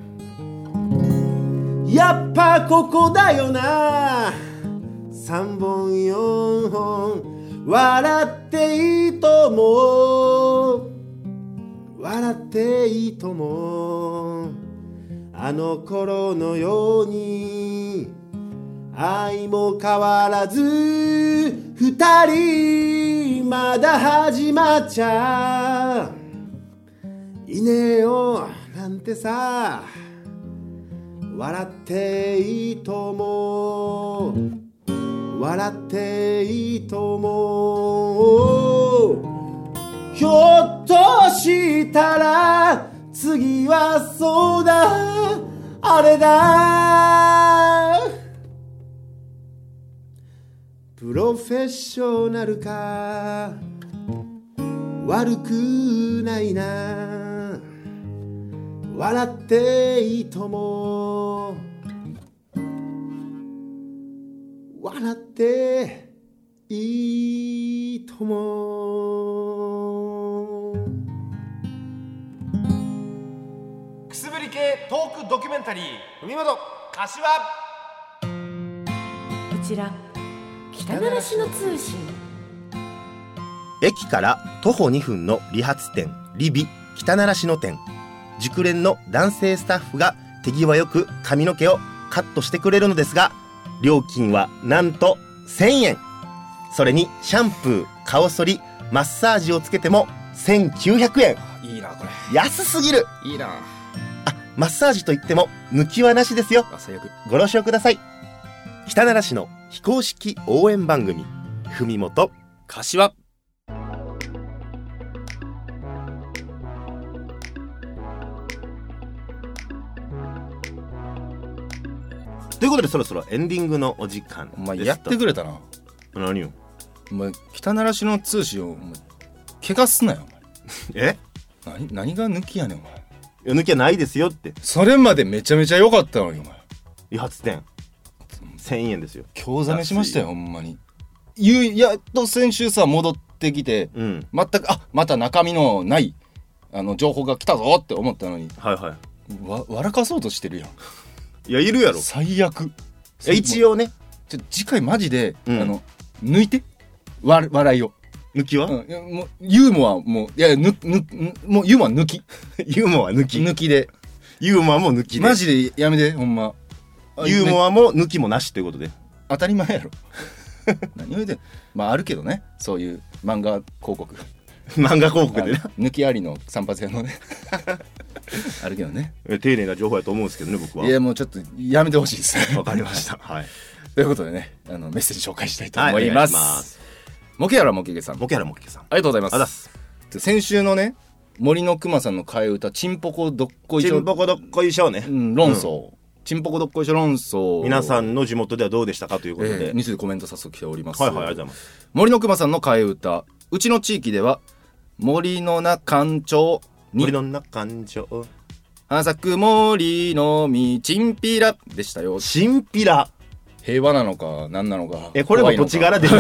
Speaker 3: やっぱここだよな3本4本笑っていいと思う笑っていいと思うあの頃のように愛も変わらず二人まだ始まっちゃいねえよなんてさ笑っていいと思う笑っていいと思うひょっとしたら次はそうだあれだプロフェッショナルか悪くないな笑っていいとも笑っていいとも
Speaker 4: くすぶり系トークドキュメンタリー海本柏
Speaker 5: こちら北ならしの通信
Speaker 1: 駅から徒歩2分の理髪店リビ北奈良市の店熟練の男性スタッフが手際よく髪の毛をカットしてくれるのですが料金はなんと1000円それにシャンプー顔剃りマッサージをつけても1900円
Speaker 2: いいなこ
Speaker 1: 安すぎる
Speaker 2: れいいな
Speaker 1: あマッサージといっても抜きはなしですよ
Speaker 2: あ最悪
Speaker 1: ご了承ください北奈良市の非公式応援番組文元
Speaker 2: 柏
Speaker 1: ということでそろそろエンディングのお時間です
Speaker 2: お前やってくれたな
Speaker 1: 何を
Speaker 2: お前北ならしの通信をお前怪我すなよ
Speaker 1: え
Speaker 2: お前何何が抜きやねんお前
Speaker 1: いや抜きはないですよって
Speaker 2: それまでめちゃめちゃ良かったのにお前
Speaker 1: 理髪店1000円ですよ
Speaker 2: 興ざめしましたよほんまにゆうやっと先週さ戻ってきて、
Speaker 1: うん
Speaker 2: 全くあまた中身のないあの情報が来たぞって思ったのに
Speaker 1: はいは
Speaker 2: わ笑かそうとしてるやん
Speaker 1: いいやいるやろい
Speaker 2: 最悪
Speaker 1: や一応ね
Speaker 2: ちょ次回マジで、
Speaker 1: うん
Speaker 2: あの抜いてわ笑いを、
Speaker 1: 抜きは、
Speaker 2: うん、いやもうユーモアもういやぬぬぬもうユーモア抜き
Speaker 1: ユーモア抜き
Speaker 2: 抜きで
Speaker 1: ユーモアも抜きで
Speaker 2: マジでやめてほんま
Speaker 1: ユー
Speaker 2: ア
Speaker 1: モアも抜きもなしということで
Speaker 2: 当たり前やろ 何言うてんまああるけどねそういう漫画広告
Speaker 1: 漫画広告でね
Speaker 2: あの抜きありの散髪屋 のねあるけどね
Speaker 1: え丁寧な情報やと思うんですけどね僕はい
Speaker 2: やもうちょっとやめてほしいです ね
Speaker 1: わかりましたはい
Speaker 2: ということでねあのメッセージ紹介したいと
Speaker 1: はい
Speaker 2: 思い
Speaker 1: お願
Speaker 2: ま
Speaker 1: いし
Speaker 2: す,、
Speaker 1: ます
Speaker 2: モケヤラモケゲさんあり
Speaker 1: ボケやらモッケさん
Speaker 2: がとうございま
Speaker 1: あ
Speaker 2: す
Speaker 1: ざっす
Speaker 2: 先週のね森のくまさんの替え歌「ちんぽこどっこい
Speaker 1: ち
Speaker 2: しょ」
Speaker 1: んぽこどっこいしょうね、
Speaker 2: うん、論争、ちんぽこどっこいしょ論争
Speaker 1: 皆さ
Speaker 2: ん
Speaker 1: んの地元ではどうでしたかということで、
Speaker 2: えー、についてコメント早速来ております
Speaker 1: はいはいありがとうございます
Speaker 2: 森のくまさんの替え歌うちの地域では森の中んちょに
Speaker 1: 森の中感情
Speaker 2: 浅く森の道ちんぴらでしたよ
Speaker 1: チンピラ
Speaker 2: 平和なのか何なのか
Speaker 1: えこれも土地柄
Speaker 2: で
Speaker 1: で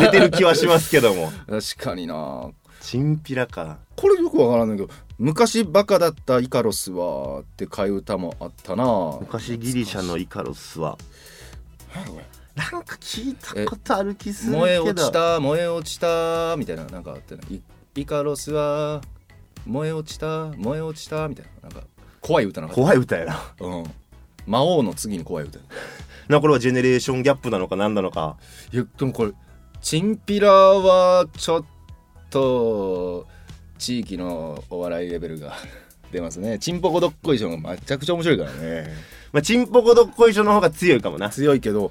Speaker 1: 出てる 気はしますけども
Speaker 2: 確かにな
Speaker 1: チンピラか
Speaker 2: これよくわからんだけど昔バカだったイカロスはって替え歌もあったな
Speaker 1: 昔ギリシャのイカロスは
Speaker 2: 何やこれ
Speaker 1: なんか聞いたことある気する
Speaker 2: 燃え
Speaker 1: け
Speaker 2: 落ち
Speaker 1: ど
Speaker 2: た燃え落ちたみたいななんかあって、ね、イイカロスは燃え落ちた燃え落ちたみたいななんか怖い歌なの
Speaker 1: 怖い歌やな
Speaker 2: うん魔王の次に怖い歌
Speaker 1: なこれはジェネレーションギャップなのか何なのか
Speaker 2: いやでもこれチンピラはちょっと地域のお笑いレベルが 出ますねチンポコどっこいしょがめちゃくちゃ面白いからね
Speaker 1: まあチンポコどっこいしょの方が強いかもな
Speaker 2: 強いけど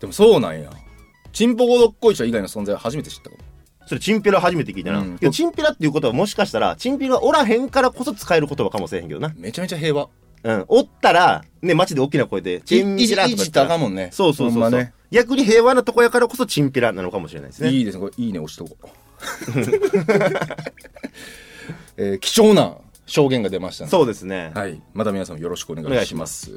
Speaker 2: でもそうなんやチンポゴどっこいちゃん以外の存在は初めて知ったかも
Speaker 1: それチンピラ初めて聞いたな、
Speaker 2: うん
Speaker 1: いやチンピラっていうことはもしかしたらチンピラおらへんからこそ使える言葉かもしれへんけどな
Speaker 2: めちゃめちゃ平和
Speaker 1: うんおったらね街で大きな声で「チンピラ」とか
Speaker 2: い
Speaker 1: 言
Speaker 2: じ
Speaker 1: ったた
Speaker 2: からもんね
Speaker 1: そうそうそうそ
Speaker 2: ほ
Speaker 1: うん
Speaker 2: まね
Speaker 1: 逆に平和なとこやからこそチンピラなのかもしれないですね
Speaker 2: いいですねこれいいね押しとこう、 えー貴重な証言が出ましたね
Speaker 1: そうですね、
Speaker 2: はいまた皆さんよろしくお願
Speaker 1: お願
Speaker 2: い
Speaker 1: い
Speaker 2: し
Speaker 1: し
Speaker 2: ま
Speaker 1: ます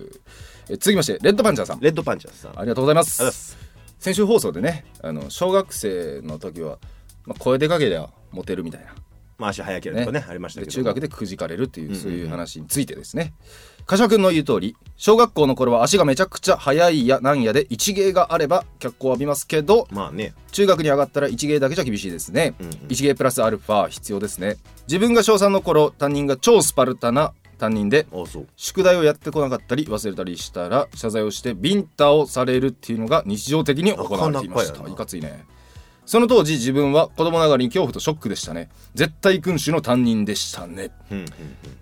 Speaker 2: えー続きましてレッドパンチャーさん
Speaker 1: レッドパンチャーさん
Speaker 2: ありがとうございます
Speaker 1: ありがとうございます
Speaker 2: 先週放送でねあの小学生の時は、まあ、声でかけりゃモテるみたいな
Speaker 1: まあ足早ければとかねありましたけ
Speaker 2: で
Speaker 1: ど
Speaker 2: 中学でくじかれるっていうそういう話についてですね、柏君の言う通り小学校の頃は足がめちゃくちゃ速いやなんやで一芸があれば脚光を浴びますけど
Speaker 1: まあね
Speaker 2: 中学に上がったら一芸だけじゃ厳しいですね、
Speaker 1: うんうん
Speaker 2: 一芸プラスアルファ必要ですね自分が小3の頃担任が超スパルタな担任で
Speaker 1: あそう
Speaker 2: 宿題をやってこなかったり忘れたりしたら謝罪をしてビンタをされるっていうのが日常的に行われていました
Speaker 1: なかなかやない
Speaker 2: かついねその当時自分は子供ながらに恐怖とショックでしたね絶対君主の担任でしたね
Speaker 1: うんうんうん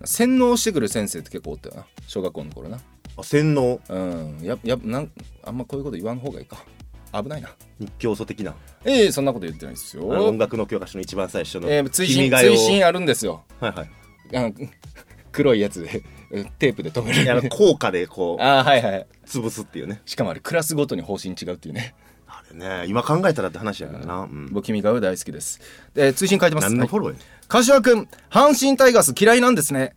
Speaker 2: 洗脳してくる先生って結構おったよな小学校の頃な
Speaker 1: あ洗脳
Speaker 2: うんややなんあんまこういうこと言わん方がいいか危ないな
Speaker 1: 日教祖的な
Speaker 2: ええそんなこと言ってないです
Speaker 1: あの音
Speaker 2: よ
Speaker 1: 楽の教科書の一番最初の
Speaker 2: えー、追
Speaker 1: 君
Speaker 2: 伸
Speaker 1: が代を
Speaker 2: 追伸あるんですよ
Speaker 1: はいはい
Speaker 2: あの 黒いやつでうんテープで止め
Speaker 1: いやあ
Speaker 2: る
Speaker 1: の効果でこう
Speaker 2: ああはいはい
Speaker 1: 潰すっていうね
Speaker 2: しかもあれクラスごとに方針違うっていうね
Speaker 1: あれね今考えたらって話やからな、うん、
Speaker 2: 僕君が代大好きです。えー、通信書いてます。
Speaker 1: 何のフォ
Speaker 2: は
Speaker 1: ロ
Speaker 2: い
Speaker 1: ーやねん
Speaker 2: 柏君、阪神タイガース嫌いなんですね。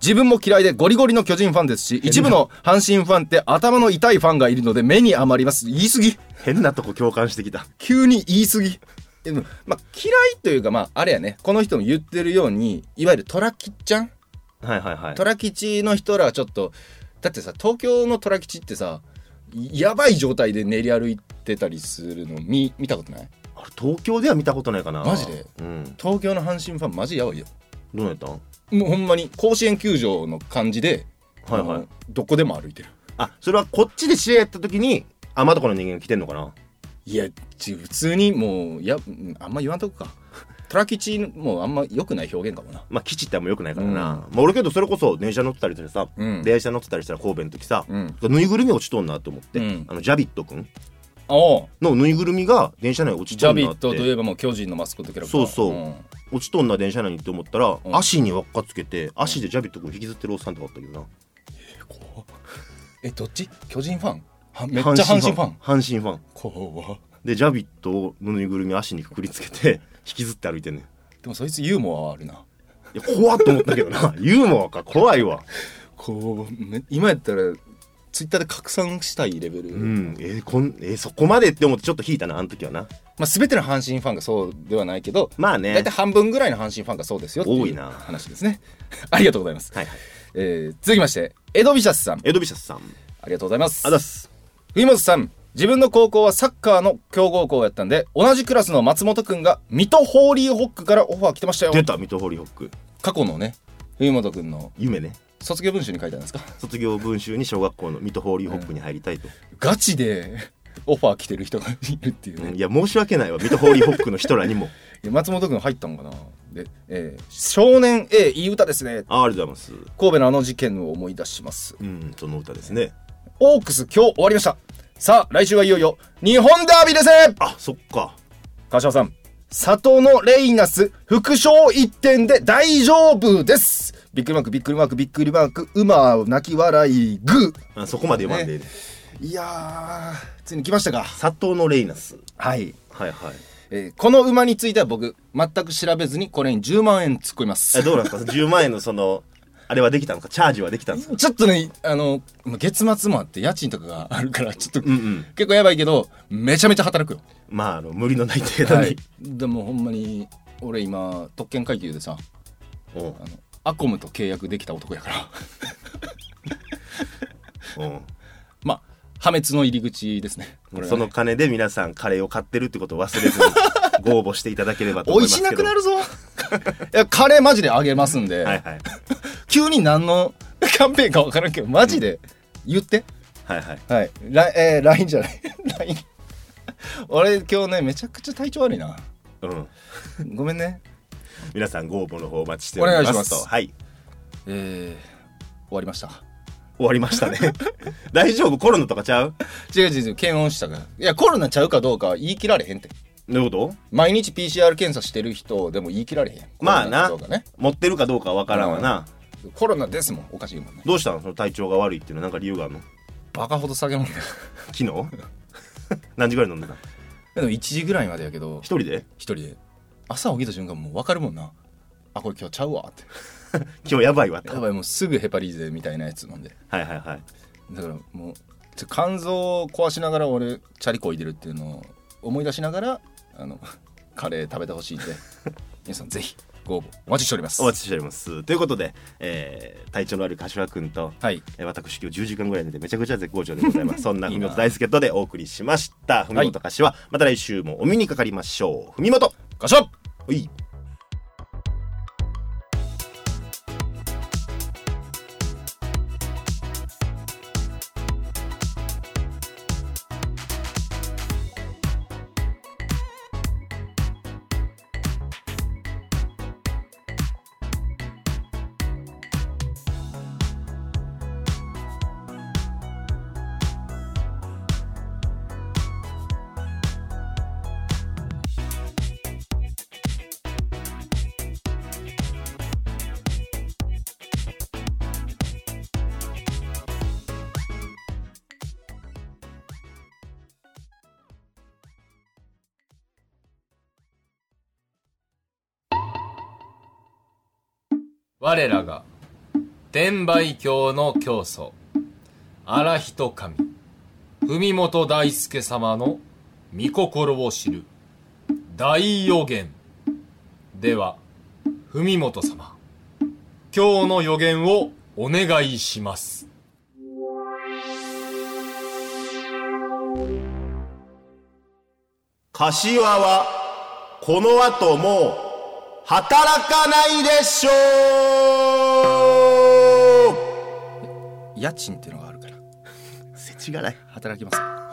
Speaker 2: 自分も嫌いでゴリゴリの巨人ファンですし、一部の阪神ファンって頭の痛いファンがいるので目に余ります。言い過ぎ
Speaker 1: 変なとこ共感してきた
Speaker 2: 急に言い過ぎでもまあ、嫌いというか、まあ、あれやね、この人も言ってるように、いわゆる虎吉ちゃん
Speaker 1: はいはいはい
Speaker 2: 虎吉の人らはちょっと、だってさ、東京の虎吉ってさ、やばい状態で練り歩いてたりするの見見たことない
Speaker 1: あれ東京では見たことないかな
Speaker 2: マジで
Speaker 1: うん
Speaker 2: 東京の阪神ファンマジやばいよ。
Speaker 1: どうやったん
Speaker 2: もうほんまに甲子園球場の感じで、
Speaker 1: はいはい
Speaker 2: あのどこでも歩いてる
Speaker 1: あそれはこっちで試合やった時にあまどこの人間が来てんのかない
Speaker 2: やち普通にもういやうんあんま言わんと こか虎吉もうあんま良くない表現かもな
Speaker 1: まあ基地ってあんまよくないからな、まあ俺けどそれこそ電車乗ってたりしてさ、
Speaker 2: うん
Speaker 1: 電車乗ってたりしたら神戸の時さ、
Speaker 2: うん
Speaker 1: ぬいぐるみ落ちとんなと思って、
Speaker 2: うん
Speaker 1: あのジャビットくん
Speaker 2: おう
Speaker 1: のぬいぐるみが電車内に落ち
Speaker 2: ジャ
Speaker 1: とん
Speaker 2: ビ
Speaker 1: な
Speaker 2: ッ
Speaker 1: っ
Speaker 2: トとい
Speaker 1: て
Speaker 2: えばもう巨人のマスコットキャラクタ
Speaker 1: そ
Speaker 2: ー
Speaker 1: うそう
Speaker 2: うん
Speaker 1: 落ちとんな電車内にって思ったら、
Speaker 2: うん
Speaker 1: 足に輪っかつけて足でジャビットくん引きずってるおっさんとかあったけどな
Speaker 2: えどっち巨人ファンはめっちゃ阪神ファン
Speaker 1: 阪神ファン
Speaker 2: 怖
Speaker 1: でジャビットのぬいぐるみ足にくくりつけて引きずって歩いてんねん
Speaker 2: でもそいつユーモアはあるない
Speaker 1: や怖っと思ったけどなユーモアか怖いわ
Speaker 2: こうめ今やったらツイッターで拡散したいレベル、
Speaker 1: うんえーこんえーそこまでって思ってちょっと引いたなあの時はな
Speaker 2: まあ、全ての阪神ファンがそうではないけど
Speaker 1: まあ
Speaker 2: 大
Speaker 1: ね
Speaker 2: 体半分ぐらいの阪神ファンがそうですよって
Speaker 1: 多
Speaker 2: い
Speaker 1: いうな
Speaker 2: 話ですね ありがとうございます、
Speaker 1: はいはい
Speaker 2: えー続きましてエドビシャスさん
Speaker 1: エドビシャスさん
Speaker 2: ありがとうございます
Speaker 1: あざっす
Speaker 2: 冬本さん自分の高校はサッカーの強豪校やったんで同じクラスの松本くんが水戸ホーリーホックからオファー来てましたよ
Speaker 1: 出た水戸ホリホック
Speaker 2: 過去のね冬本くんの
Speaker 1: 夢ね
Speaker 2: 卒業文集に書いてあるんですか
Speaker 1: 卒業文集に小学校の水戸ホーリーホックに入りたいと、
Speaker 2: ガチで オファー来てる人がいるっていうね
Speaker 1: うんいや申し訳ないわ水戸ホーリーホックの人らにも
Speaker 2: いや松本くん入ったのかなで、えー少年 A いい歌ですね
Speaker 1: あーありがとうございます
Speaker 2: 神戸のあの事件を思い出します
Speaker 1: うんその歌ですね
Speaker 2: オークス今日終わりましたさあ来週はいよいよ日本ダービーですね
Speaker 1: あそっか
Speaker 2: 柏さん里のレイナス副賞1点で大丈夫ですびっくりマークびっくりマークびっくりマーク馬泣き笑いグー
Speaker 1: あそこまで読まんでいいね
Speaker 2: いやーついに来ましたか
Speaker 1: 里のレイナス
Speaker 2: はい、
Speaker 1: はいはい
Speaker 2: えーこの馬については僕全く調べずにこれに10万円突っ込みま
Speaker 1: え
Speaker 2: す
Speaker 1: どうなんですか10万円のそのあれはできたのかチャージはできたんですか
Speaker 2: ちょっとねあの月末もあって家賃とかがあるからちょっと、
Speaker 1: うんうん
Speaker 2: 結構やばいけどめちゃめちゃ働くよ
Speaker 1: まああの無理のない程度に、
Speaker 2: はい でもほんまに俺今特権階級でさ
Speaker 1: うん
Speaker 2: あのアコムと契約できた男やから
Speaker 1: うん
Speaker 2: まあ破滅の入り口ですねこれはね
Speaker 1: その金で皆さんカレーを買ってるってことを忘れずにご応募していただければと思
Speaker 2: お
Speaker 1: い
Speaker 2: い
Speaker 1: ますけ
Speaker 2: し
Speaker 1: ど
Speaker 2: なくなるぞ いやカレーマジであげますんで、
Speaker 1: はいはい
Speaker 2: 急に何の キャンペーンか分からんけどマジで言って、
Speaker 1: はいはい
Speaker 2: はいラ、えー、LINE じゃない LINE 俺今日ねめちゃくちゃ体調悪いな
Speaker 1: うん
Speaker 2: ごめん ね
Speaker 1: 皆さんご応募の方お待ちしております
Speaker 2: お願いします
Speaker 1: とはい
Speaker 2: えー、終わりました
Speaker 1: 終わりました ね大丈夫コロナとかちゃう
Speaker 2: 違う違う違う検温したからいやコロナちゃうかどうかは言い切られへんって
Speaker 1: どういうこと
Speaker 2: 毎日 PCR 検査してる人でも言い切られへん
Speaker 1: まあな
Speaker 2: コロナかどうかね
Speaker 1: 持ってるかどうかわからんわな、
Speaker 2: コロナですもんおかしいもんね
Speaker 1: どうしたのその体調が悪いっていうのはなんか理由があるの
Speaker 2: バカほど酒飲んで
Speaker 1: 昨日 何時ぐらい飲んでた
Speaker 2: でも1時ぐらいまでやけど
Speaker 1: 一人で
Speaker 2: 一人で朝起きた瞬間もう分かるもんなあこれ今日ちゃうわって
Speaker 1: 今日やばいわって
Speaker 2: やばいもうすぐヘパリーゼみたいなやつ飲んで
Speaker 1: はいはいはい
Speaker 2: だからもうちょ肝臓を壊しながら俺チャリこいでるっていうのを思い出しながらあのカレー食べてほ しいんで皆さんぜひご応募お待ちしております
Speaker 1: お待ちしておりますということで、えー体調のある柏くんと、
Speaker 2: はい
Speaker 1: えー私今日10時間ぐらい寝てめちゃくちゃ絶好調でございますそんな文元大輔とでお送りしました文元柏、また来週もお目にかかりましょう文元
Speaker 2: ガシャッ
Speaker 1: おい
Speaker 4: 我らが天売教の教祖荒人神文元大輔様の御心を知る大予言では文元様今日の予言をお願いします
Speaker 1: 柏はこの後も働かないでしょう
Speaker 2: 家賃っていうのがあるから
Speaker 1: せちがない
Speaker 2: 働きます